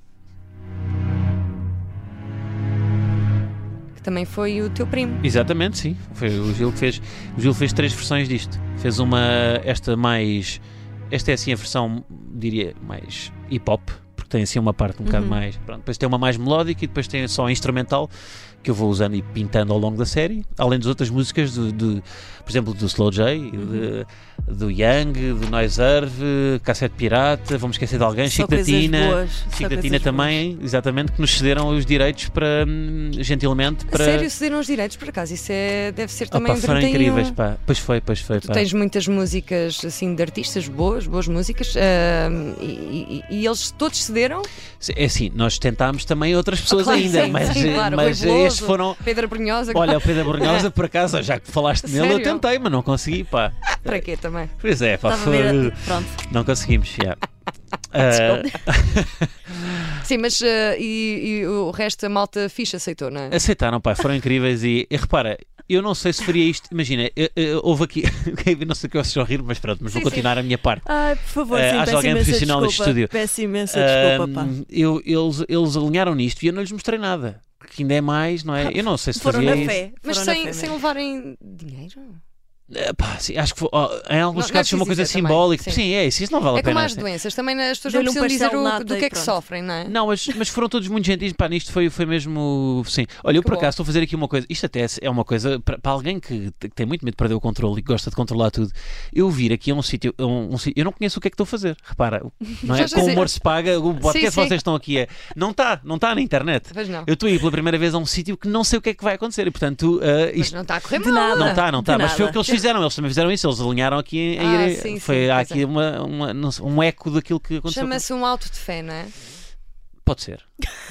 Speaker 1: Que também foi o teu primo.
Speaker 2: Exatamente, sim. Foi o Gil que fez. O Gil fez três versões disto. Fez uma esta mais esta é assim a versão, diria, mais hip hop, porque tem assim uma parte um bocado
Speaker 1: Uhum.
Speaker 2: mais, pronto, depois tem uma mais melódica e depois tem só a instrumental que eu vou usando e pintando ao longo da série, além das outras músicas do, do- por exemplo, do Slow J, e
Speaker 3: Uhum.
Speaker 2: de- do Young, do Noise Earth, Cassete Pirata, vamos esquecer de alguém,
Speaker 3: só
Speaker 2: Chico da
Speaker 3: coisas
Speaker 2: Tina.
Speaker 3: boas, só
Speaker 2: Chico da
Speaker 3: coisas
Speaker 2: Tina
Speaker 3: boas.
Speaker 2: também, exatamente, que nos cederam os direitos para hum, gentilmente
Speaker 1: A
Speaker 2: para
Speaker 1: Sério, cederam os direitos, por acaso, isso é, deve ser
Speaker 2: Opa,
Speaker 1: também
Speaker 2: foram
Speaker 1: verdadeiro.
Speaker 2: incríveis, pá. Pois foi, pois foi,
Speaker 1: Tu
Speaker 2: pá.
Speaker 1: tens muitas músicas assim de artistas boas, boas músicas, ahm, e, e- e eles todos cederam.
Speaker 2: É assim, nós tentámos também outras pessoas
Speaker 1: Claro,
Speaker 2: ainda,
Speaker 1: sim,
Speaker 2: mas, eh,
Speaker 1: sim, claro,
Speaker 2: mas
Speaker 1: Rui Veloso.
Speaker 2: estes foram.
Speaker 1: Pedra Brunhosa,
Speaker 2: Olha, o Pedro Brunhosa, por acaso, já que falaste nele, eu
Speaker 1: Sério?
Speaker 2: tentei, mas não consegui, pá.
Speaker 1: para quê também?
Speaker 2: Pois é, pá,
Speaker 3: Estava a ver.
Speaker 2: foi-
Speaker 3: Pronto,
Speaker 2: não conseguimos, já. Ah,
Speaker 1: Sim, mas ah, e, e o resto a malta ficha aceitou, não é?
Speaker 2: aceitaram, pá, foram incríveis e, e repara, eu não sei se faria isto. Imagina, eu- eu- houve aqui, não sei o que vocês estão a rir, mas pronto, mas vou
Speaker 1: Sim, sim.
Speaker 2: continuar a minha parte.
Speaker 3: Ai, por favor,
Speaker 2: Eh,
Speaker 3: sim,
Speaker 2: haja
Speaker 3: peço
Speaker 2: alguém
Speaker 3: imensa
Speaker 2: profissional deste
Speaker 3: desculpa.
Speaker 2: estúdio.
Speaker 3: Peço imensa desculpa, pá.
Speaker 2: Ahm, eu- eles, eles alinharam nisto e eu não lhes mostrei nada. Que ainda é mais, não é? Eu não sei se
Speaker 3: Foram
Speaker 2: fazia
Speaker 3: na
Speaker 2: isso.
Speaker 3: fé.
Speaker 1: Mas
Speaker 3: foram na
Speaker 1: sem,
Speaker 3: fé
Speaker 1: sem
Speaker 3: mesmo.
Speaker 1: levarem dinheiro?
Speaker 2: Eh, pá, sim, acho que foi- ó, em alguns
Speaker 1: Não- não é
Speaker 2: casos foi uma
Speaker 1: preciso
Speaker 2: coisa
Speaker 1: dizer também,
Speaker 2: simbólica.
Speaker 1: sim.
Speaker 2: Sim. é isso. Isso não vale
Speaker 1: É
Speaker 2: a pena.
Speaker 1: como as
Speaker 2: sim. Hum.
Speaker 1: doenças, também as pessoas não
Speaker 3: Dou-lhe um
Speaker 1: precisam dizer
Speaker 3: pastel
Speaker 1: o,
Speaker 3: nata
Speaker 1: do que
Speaker 3: e
Speaker 1: é que
Speaker 3: pronto.
Speaker 1: sofrem, não é?
Speaker 2: Não, mas, mas foram todos muito gentis. Pá, nisto foi, foi mesmo. Sim. Olha, eu
Speaker 1: Que
Speaker 2: por
Speaker 1: bom.
Speaker 2: acaso estou a fazer aqui uma coisa. Isto até é uma coisa para, para alguém que, te- que tem muito medo de perder o controle e que gosta de controlar tudo. Eu vir aqui a um sítio. a Um, um sítio- eu não conheço o que é que estou a fazer. Repara, o- não
Speaker 1: Já
Speaker 2: é?
Speaker 1: sei
Speaker 2: Com o
Speaker 1: dizer.
Speaker 2: humor se paga. O podcast que
Speaker 1: sim.
Speaker 2: vocês estão aqui é. Não está, não está na internet.
Speaker 1: Pois não.
Speaker 2: Eu estou a ir pela primeira vez a um sítio que não sei o que é que vai acontecer e, portanto, eh,
Speaker 1: Mas
Speaker 2: isto
Speaker 1: não está a correr
Speaker 3: De
Speaker 1: mal.
Speaker 3: nada.
Speaker 2: Não está, não está,
Speaker 3: De
Speaker 2: mas foi o
Speaker 3: nada.
Speaker 2: que eles fizeram, eles também fizeram isso, eles alinharam aqui em, em
Speaker 1: Ah,
Speaker 2: ir-
Speaker 1: sim,
Speaker 2: foi
Speaker 1: sim,
Speaker 2: há
Speaker 1: pois
Speaker 2: aqui
Speaker 1: é.
Speaker 2: uma, uma- não sei, um eco daquilo que aconteceu.
Speaker 1: Chama-se um auto de fé, não é?
Speaker 2: Pode ser.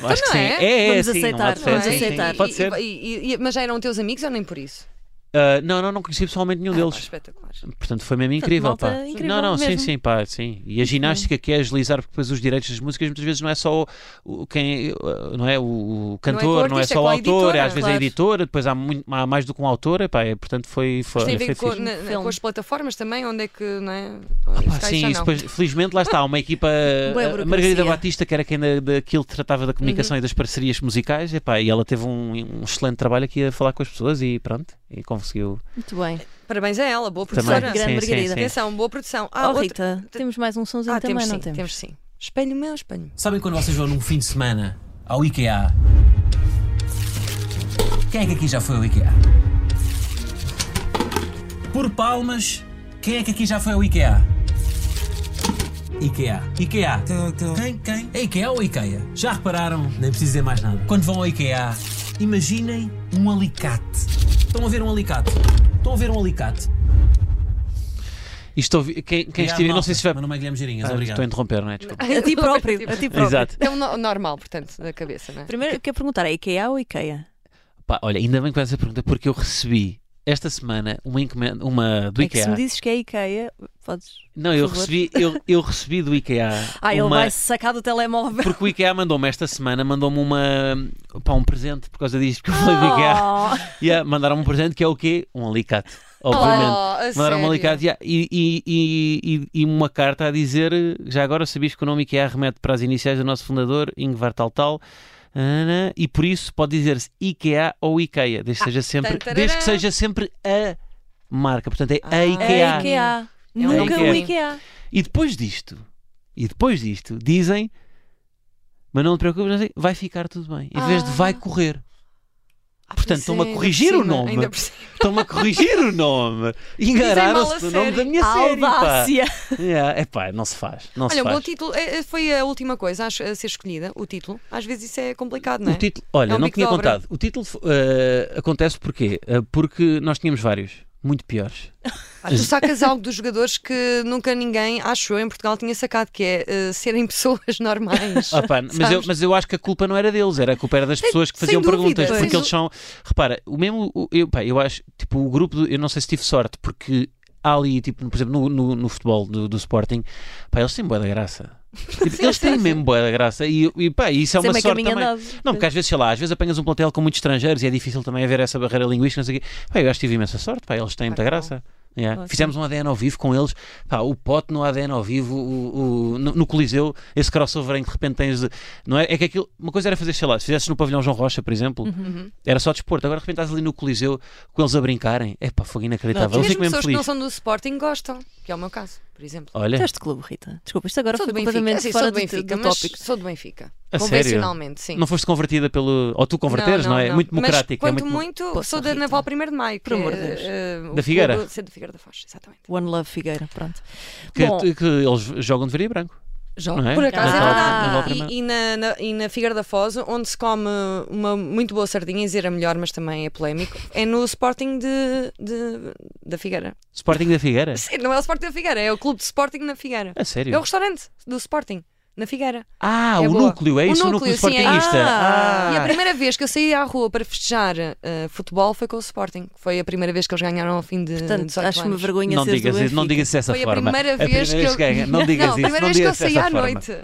Speaker 2: Acho que
Speaker 1: não
Speaker 2: sim.
Speaker 1: é?
Speaker 2: É, é,
Speaker 3: Vamos
Speaker 2: sim,
Speaker 3: aceitar,
Speaker 2: um lado de fé,
Speaker 3: vamos
Speaker 2: sim, sim.
Speaker 3: aceitar.
Speaker 2: Pode ser.
Speaker 1: E- e- e- mas já eram teus amigos ou nem por isso?
Speaker 2: Ah, não, não, não conheci pessoalmente nenhum
Speaker 1: Ah, pá,
Speaker 2: deles.
Speaker 1: espetacular.
Speaker 2: Portanto, foi mesmo incrível,
Speaker 3: malta
Speaker 2: pá.
Speaker 3: incrível
Speaker 2: não, não,
Speaker 3: mesmo.
Speaker 2: sim, sim, pá, sim. E a ginástica que é agilizar, porque depois os direitos das músicas muitas vezes não é só o, o- quem, uh, não é o, o cantor,
Speaker 1: com o
Speaker 2: não é
Speaker 1: artista,
Speaker 2: só
Speaker 1: é com
Speaker 2: o
Speaker 1: a
Speaker 2: autor,
Speaker 1: editora,
Speaker 2: às vezes
Speaker 1: claro.
Speaker 2: a editora, depois há, muito, há mais do que um autor, epá, é, portanto foi, foi,
Speaker 1: Mas tem a
Speaker 2: foi
Speaker 1: ver com,
Speaker 2: é fixe. Ah,
Speaker 1: na- na-
Speaker 3: Filme.
Speaker 1: com as plataformas também, onde é que, não é?
Speaker 2: Pá,
Speaker 1: Isso cá, isso
Speaker 2: sim,
Speaker 1: já
Speaker 2: isso
Speaker 1: não.
Speaker 2: depois, felizmente lá está, uma equipa
Speaker 3: burocracia. Uhum.
Speaker 2: a Margarida Batista, que era quem da- daquilo que tratava da comunicação e das parcerias musicais, epá, e ela teve um, um excelente trabalho aqui a falar com as pessoas e pronto, e conseguiu.
Speaker 3: Muito bem.
Speaker 1: Parabéns a ela, boa produtora.
Speaker 2: Também,
Speaker 3: Grande
Speaker 2: sim,
Speaker 3: Margarida.
Speaker 2: sim, sim.
Speaker 1: Atenção, boa produção.
Speaker 3: Ah,
Speaker 1: Ah, outra-
Speaker 3: Rita, temos mais um sonzinho
Speaker 1: Ah,
Speaker 3: também,
Speaker 1: temos
Speaker 3: não
Speaker 1: sim,
Speaker 3: temos?
Speaker 1: temos sim. Espelho meu, espelho.
Speaker 4: Sabem quando vocês vão num fim de semana ao IKEA? Quem é que aqui já foi ao IKEA? Por palmas, quem é que aqui já foi ao IKEA? IKEA. IKEA. Quem? Quem? Então, É IKEA ou IKEA? Já repararam? Nem preciso dizer mais nada. Quando vão ao IKEA, imaginem um alicate. Estão a ver um alicate? Estão a ver um alicate?
Speaker 2: E estou, quem quem
Speaker 4: Obrigado,
Speaker 2: estiver, não
Speaker 4: malta.
Speaker 2: sei se vai.
Speaker 4: Meu nome é Guilherme Girinhas,
Speaker 2: Ah,
Speaker 4: obrigado.
Speaker 2: estou a interromper, não é? Desculpa.
Speaker 3: A ti próprio, a ti próprio.
Speaker 2: Exato.
Speaker 1: É um no- normal, portanto, da cabeça, não é?
Speaker 3: Primeiro, eu quero perguntar, é IKEA ou IKEA?
Speaker 2: Pá, olha, ainda bem que faz essa pergunta, porque eu recebi esta semana uma encomenda, uma do
Speaker 3: É que se
Speaker 2: IKEA.
Speaker 3: me dizes que é IKEA, podes.
Speaker 2: Não, eu
Speaker 3: por favor.
Speaker 2: recebi, eu, eu recebi do IKEA
Speaker 3: Ah, ele
Speaker 2: uma-
Speaker 3: vai sacar do telemóvel.
Speaker 2: porque o IKEA mandou-me esta semana, mandou-me uma pá, um presente por causa disto que eu falei do IKEA.
Speaker 3: Oh,
Speaker 2: Yeah, mandaram-me um presente que é o quê? Um alicate,
Speaker 1: Oh,
Speaker 2: obviamente. Mandaram um alicate yeah, e, e- e- e- e uma carta a dizer já agora sabias que o nome IKEA remete para as iniciais do nosso fundador, Ingvar tal tal. nananã, E por isso pode dizer-se IKEA ou IKEA, desde, que seja sempre,
Speaker 1: tantarará.
Speaker 2: desde que seja sempre a marca. Portanto, é a
Speaker 1: Ah.
Speaker 2: IKEA.
Speaker 3: É IKEA.
Speaker 1: É um
Speaker 3: Nunca
Speaker 2: IKEA.
Speaker 3: o IKEA.
Speaker 2: E depois disto, e depois disto, dizem, mas não te preocupes, não sei, vai ficar tudo bem. Em vez de
Speaker 1: Ah.
Speaker 2: vai correr. Portanto, estão-me a
Speaker 1: Ainda
Speaker 2: corrigir
Speaker 1: por
Speaker 2: o
Speaker 1: cima,
Speaker 2: nome.
Speaker 1: ainda por cima.
Speaker 2: Estão-me a corrigir o nome. Enganaram-se
Speaker 1: Dizem
Speaker 2: do
Speaker 1: mal a
Speaker 2: nome da
Speaker 1: série.
Speaker 2: minha série. Pá.
Speaker 3: Audácia.
Speaker 2: Yeah, é pá, não se faz. Não se
Speaker 1: Olha, um
Speaker 2: faz.
Speaker 1: bom título. É, é, Foi a última coisa acho, a ser escolhida, o título. Às vezes isso é complicado, não é?
Speaker 2: O título, olha,
Speaker 1: É um
Speaker 2: não
Speaker 1: bico
Speaker 2: tinha
Speaker 1: de obra.
Speaker 2: contado. O título eh, acontece porquê? Eh, porque nós tínhamos vários, muito piores.
Speaker 1: Ah, Tu sacas algo dos jogadores que nunca ninguém, acho eu, em Portugal tinha sacado, que é eh, serem pessoas normais.
Speaker 2: Ah, pá, mas, eu,
Speaker 1: Sabes?
Speaker 2: mas eu acho que a culpa não era deles, era a culpa era das
Speaker 1: Sem-
Speaker 2: pessoas que
Speaker 1: sem
Speaker 2: faziam
Speaker 1: dúvida,
Speaker 2: perguntas,
Speaker 1: sem
Speaker 2: porque
Speaker 1: du-
Speaker 2: eles são. Repara, o mesmo. o- Eu, pá, eu acho, tipo, o grupo. do- eu não sei se tive sorte, porque há ali, tipo, por exemplo, no, no, no futebol do, do Sporting, pá, eles têm boa da graça. Tipo, eles têm mesmo boa da graça e, e pá, isso é uma
Speaker 3: Sempre a
Speaker 2: sorte
Speaker 3: caminho
Speaker 2: também.
Speaker 3: andado.
Speaker 2: Não, porque às vezes, sei lá, às vezes apanhas um plantel com muitos estrangeiros e é difícil também haver essa barreira linguística, não sei o quê. Pá, eu acho que tive imensa sorte, pá, eles têm muita
Speaker 1: Ah, que
Speaker 2: graça. Yeah.
Speaker 3: Ótimo.
Speaker 2: Fizemos um ADN ao vivo com eles, pá, o pote no ADN ao vivo, o, o- no, no Coliseu, esse crossover em que de repente tens. de- Não é? é que aquilo, uma coisa era fazer, sei lá, se fizesses no Pavilhão João Rocha, por exemplo,
Speaker 1: Uhum.
Speaker 2: era só desporto, agora de repente estás ali no Coliseu com eles a brincarem, é pá, fogo inacreditável,
Speaker 1: E
Speaker 2: eu
Speaker 1: mesmo
Speaker 2: fico mesmo
Speaker 1: pessoas que não
Speaker 2: feliz.
Speaker 1: são do Sporting gostam, que é o meu caso, por exemplo.
Speaker 2: é Olha,
Speaker 3: Teste clube, Rita. Desculpa, isto agora
Speaker 1: Sou
Speaker 3: foi
Speaker 1: do Benfica,
Speaker 3: completamente
Speaker 1: assim,
Speaker 3: fora
Speaker 1: sou do Benfica,
Speaker 3: do
Speaker 1: mas
Speaker 3: tópico.
Speaker 1: sou do Benfica.
Speaker 2: a sério,
Speaker 1: Convencionalmente, sim.
Speaker 2: não foste convertida pelo. Ou tu converteres, não, é? É Muito
Speaker 1: Mas,
Speaker 2: democrático, é
Speaker 1: quanto
Speaker 2: muito.
Speaker 1: muito,
Speaker 3: Poça
Speaker 1: sou da
Speaker 3: Rita.
Speaker 1: Naval 1 de Maio. que
Speaker 3: Por amor de
Speaker 1: é,
Speaker 3: Deus.
Speaker 1: eh, o
Speaker 2: Da Figueira?
Speaker 1: clube- Sim, da Figueira da Foz, exatamente.
Speaker 3: One Love Figueira, pronto.
Speaker 2: que-
Speaker 3: Bom,
Speaker 2: que eles jogam de verde e branco. Não é?
Speaker 1: Por acaso é
Speaker 3: Ah,
Speaker 2: Naval
Speaker 1: verdade.
Speaker 2: Primeiro.
Speaker 1: E, e na, na- e na Figueira da Foz, onde se come uma muito boa sardinha, dizer a melhor, mas também é polémico, é no Sporting de, de- da Figueira.
Speaker 2: Sporting da Figueira?
Speaker 1: Sim, não é o Sporting da Figueira, é o clube de Sporting na Figueira.
Speaker 2: A sério?
Speaker 1: É o restaurante do Sporting, na Figueira.
Speaker 2: Ah,
Speaker 1: É
Speaker 2: o
Speaker 1: boa.
Speaker 2: núcleo, é
Speaker 1: O
Speaker 2: isso? O núcleo,
Speaker 1: núcleo, sim, é.
Speaker 2: sportingista.
Speaker 3: Ah,
Speaker 1: E a primeira vez que eu saí à rua para festejar eh, futebol foi com o Sporting. que Foi a primeira vez que eles ganharam ao fim de
Speaker 3: portanto,
Speaker 1: 18
Speaker 3: acho-me
Speaker 1: anos.
Speaker 3: vergonha
Speaker 2: Não
Speaker 3: seres
Speaker 2: digas,
Speaker 3: do
Speaker 2: isso, não
Speaker 3: Benfica.
Speaker 2: digas isso dessa
Speaker 1: Foi a
Speaker 2: forma. É
Speaker 1: primeira vez que eu-
Speaker 2: que ganha- Não digas
Speaker 1: não, a
Speaker 2: isso,
Speaker 1: primeira
Speaker 2: não
Speaker 1: vez que eu
Speaker 2: digas
Speaker 1: saí
Speaker 2: dessa
Speaker 1: à
Speaker 2: forma.
Speaker 1: noite.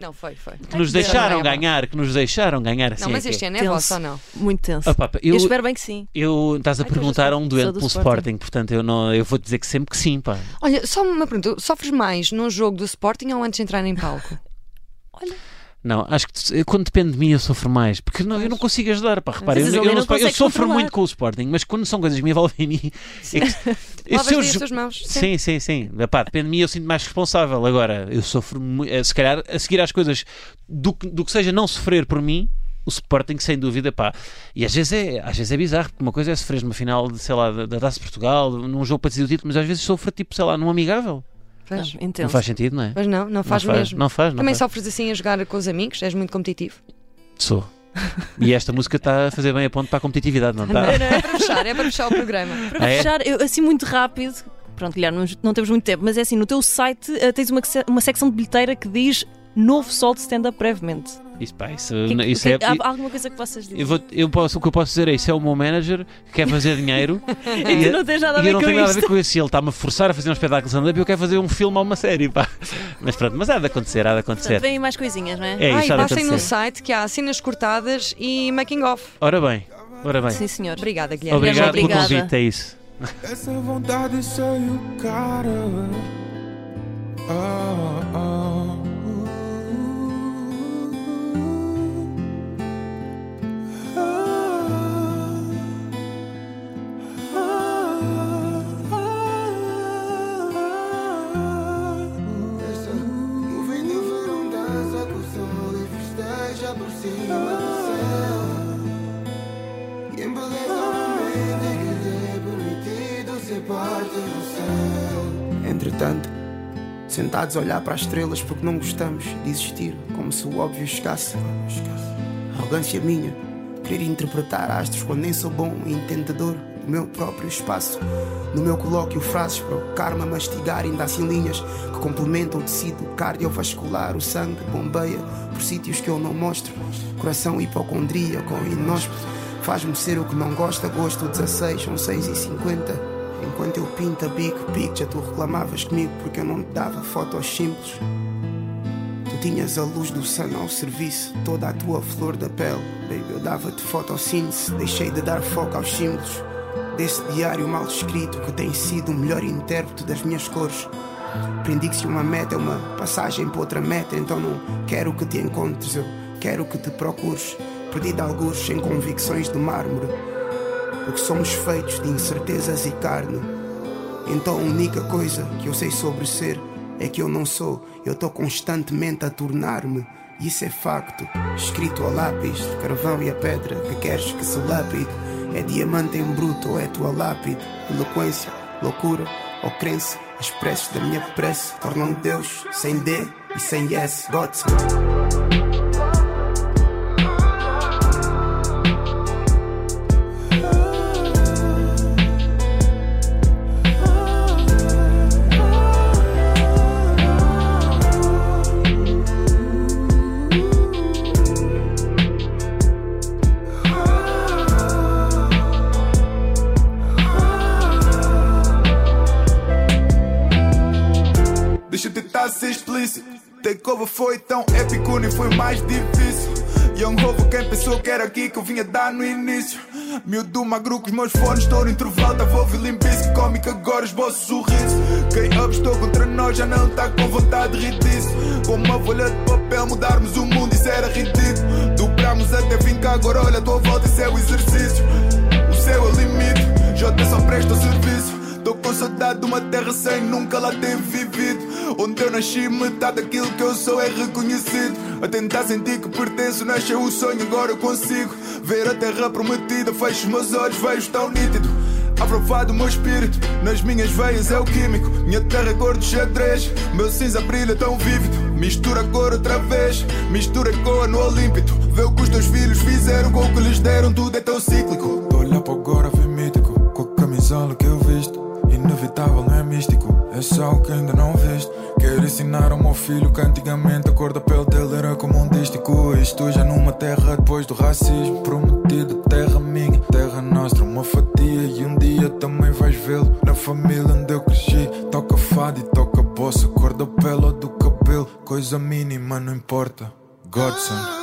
Speaker 1: Não, foi, foi.
Speaker 2: Que nos
Speaker 1: Ai, Deus, não
Speaker 2: deixaram
Speaker 1: é bom.
Speaker 2: ganhar, que nos deixaram ganhar assim.
Speaker 1: Não, mas
Speaker 2: é que-
Speaker 1: este ano é
Speaker 3: Tenso.
Speaker 1: vosso ou não?
Speaker 3: Muito tenso.
Speaker 2: Ah, pá, pá,
Speaker 3: eu...
Speaker 2: eu,
Speaker 3: espero bem que sim.
Speaker 2: eu- estás a
Speaker 3: Ai, tu és do
Speaker 2: perguntar a um
Speaker 3: Sporting.
Speaker 2: doente
Speaker 3: Sou do
Speaker 2: pelo
Speaker 3: Sporting.
Speaker 2: Sporting, portanto eu, não, eu vou dizer que sempre que sim, pá.
Speaker 1: Olha, só uma pergunta. Sofres mais num jogo do Sporting ou antes de entrar em palco?
Speaker 2: Não, acho que tu- quando depende de mim eu sofro mais, porque não, eu não consigo ajudar, pá, repara,
Speaker 3: Mas
Speaker 2: eu,
Speaker 3: às vezes
Speaker 2: eu
Speaker 3: alguém
Speaker 2: não
Speaker 3: não
Speaker 2: sou- eu
Speaker 3: consegue
Speaker 2: sofro
Speaker 3: controlar.
Speaker 2: muito com o Sporting, mas quando são coisas que me envolvem a mim, é que- eu- se
Speaker 1: Lavas
Speaker 2: eu
Speaker 1: bem as
Speaker 2: ju-
Speaker 1: tuas mãos?
Speaker 2: Sim, sim, sim. Epá, depende de mim, eu sinto mais responsável. Agora, eu sofro muito. Se calhar, a seguir às coisas, do que, do que seja não sofrer por mim, o Sporting, sem dúvida, pá. E às vezes é, às vezes é bizarro, porque uma coisa é sofrer numa final, de, sei lá, da da Taça de Portugal, num jogo para decidir o título, mas às vezes sofro, tipo, sei lá, num amigável.
Speaker 3: Não,
Speaker 1: Pois.
Speaker 2: Não
Speaker 3: intenso.
Speaker 2: Ah, faz sentido, não é?
Speaker 1: Mas não, não faz
Speaker 2: não faz,
Speaker 1: mesmo.
Speaker 2: Não faz, não
Speaker 1: Também
Speaker 2: faz.
Speaker 1: sofres assim a jogar com os amigos? És muito competitivo?
Speaker 2: Sou. E esta música está a fazer bem a ponto para a competitividade, não está?
Speaker 1: É para fechar, é para fechar o programa.
Speaker 3: Para
Speaker 2: Ah, é?
Speaker 3: fechar, eu, assim muito rápido, pronto, Guilherme, não, não temos muito tempo, mas é assim, no teu site eh, tens uma, se- uma secção de bilheteira que diz novo sol de stand-up brevemente.
Speaker 2: Isso, pá, isso,
Speaker 3: Que- que-
Speaker 2: isso
Speaker 3: que-
Speaker 2: é.
Speaker 3: há alguma coisa que possas dizer?
Speaker 2: Eu vou- eu posso, o que eu posso dizer é isso é o meu manager que quer fazer dinheiro
Speaker 3: E tu não tens nada
Speaker 2: E eu
Speaker 3: a ver
Speaker 2: não
Speaker 3: com
Speaker 2: tenho nada a ver
Speaker 3: isto.
Speaker 2: com isso. Ele está-me a forçar a fazer um espetáculo de stand-up e eu quero fazer um filme ou uma série, pá. Mas pronto, mas há de acontecer, há de
Speaker 3: Portanto,
Speaker 2: acontecer.
Speaker 3: vêm mais coisinhas, não é?
Speaker 2: É
Speaker 1: Ai,
Speaker 2: isso, há de
Speaker 1: passem no
Speaker 2: acontecer.
Speaker 1: site que há cenas cortadas e making off.
Speaker 2: Ora bem, ora bem.
Speaker 3: Sim, senhor.
Speaker 1: Obrigada, Guilherme.
Speaker 2: Obrigado pelo
Speaker 3: Obrigada.
Speaker 2: convite, é isso.
Speaker 5: Essa vontade saiu cara. Ah, ah, ah. Ah, ah, ah. Essa nuvem de verão dança com o sol e festeja por cima do céu. E em beleza obviamente que lhe é permitido ser parte do céu Entretanto, sentados a olhar para as estrelas porque não gostamos de existir Como se o óbvio chegasse Arrogância minha, querer interpretar astros quando nem sou bom e entendedor do meu próprio espaço No meu colóquio frases para o karma mastigar ainda assim linhas Que complementam o tecido cardiovascular, o sangue bombeia Por sítios que eu não mostro, coração hipocondria com inóspito Faz-me ser o que não gosta, gosto 16, são 6 e 50 Enquanto eu pinto a big picture Tu reclamavas comigo porque eu não te dava fotos simples Tu tinhas a luz do sun ao serviço Toda a tua flor da pele Baby, eu dava-te fotossíntese Deixei de dar foco aos símbolos Desse diário mal escrito Que tem sido o melhor intérprete das minhas cores Aprendi que se uma meta é uma passagem para outra meta, então não quero que te encontres, eu quero que te procures. Perdido alguns sem convicções de mármore, porque somos feitos de incertezas e carne. Então a única coisa que eu sei sobre ser é que eu não sou, eu estou constantemente a tornar-me. Isso é facto, escrito a lápis, carvão e a pedra que queres que se lapide. É diamante em bruto ou é tua lápide? Eloquência, loucura ou crença? As preces da minha prece tornam Deus sem D e sem S. God's
Speaker 6: Deixa eu tentar ser explícito. Takeover foi tão épico, nem foi mais difícil. Young Hovo, quem pensou que era aqui que eu vinha dar no início? Miúdo magro com os meus fones, estou em trovalda, vou ver limpisco. Cómico agora, esboço sorriso. Quem up, estou contra nós, já não tá com vontade de rir disso. Com uma folha de papel, mudarmos o mundo, isso era ridículo. Dobramos até vingar, agora olha a tua volta, isso é o exercício. O céu é o limite, J só presta serviço. Tô com saudade de uma terra sem nunca lá ter vivido. Onde eu nasci, metade daquilo que eu sou é reconhecido. A tentar sentir que pertenço, nasceu o sonho, agora eu consigo. Ver a terra prometida, fecho meus olhos, vejo tão nítido. Aprovado o meu espírito, nas minhas veias é o químico. Minha terra é cor de xadrez, meu cinza brilha tão vívido. Mistura a cor outra vez, mistura a cor no Olímpico. Vê o que os teus filhos fizeram com o que lhes deram, tudo é tão cíclico.
Speaker 7: Tô a olhar para agora, vem mítico. Com a camisola que eu visto, inevitável, não é místico. É só o que ainda não viste. Quero ensinar ao meu filho que antigamente a cor da pele dele era como um dístico. Isto já numa terra depois do racismo. Prometido, terra minha, terra nossa, uma fatia. E um dia também vais vê-lo na família onde eu cresci. Toca fado e toca bossa, cor da pele ou do cabelo. Coisa mínima, não importa. Godson.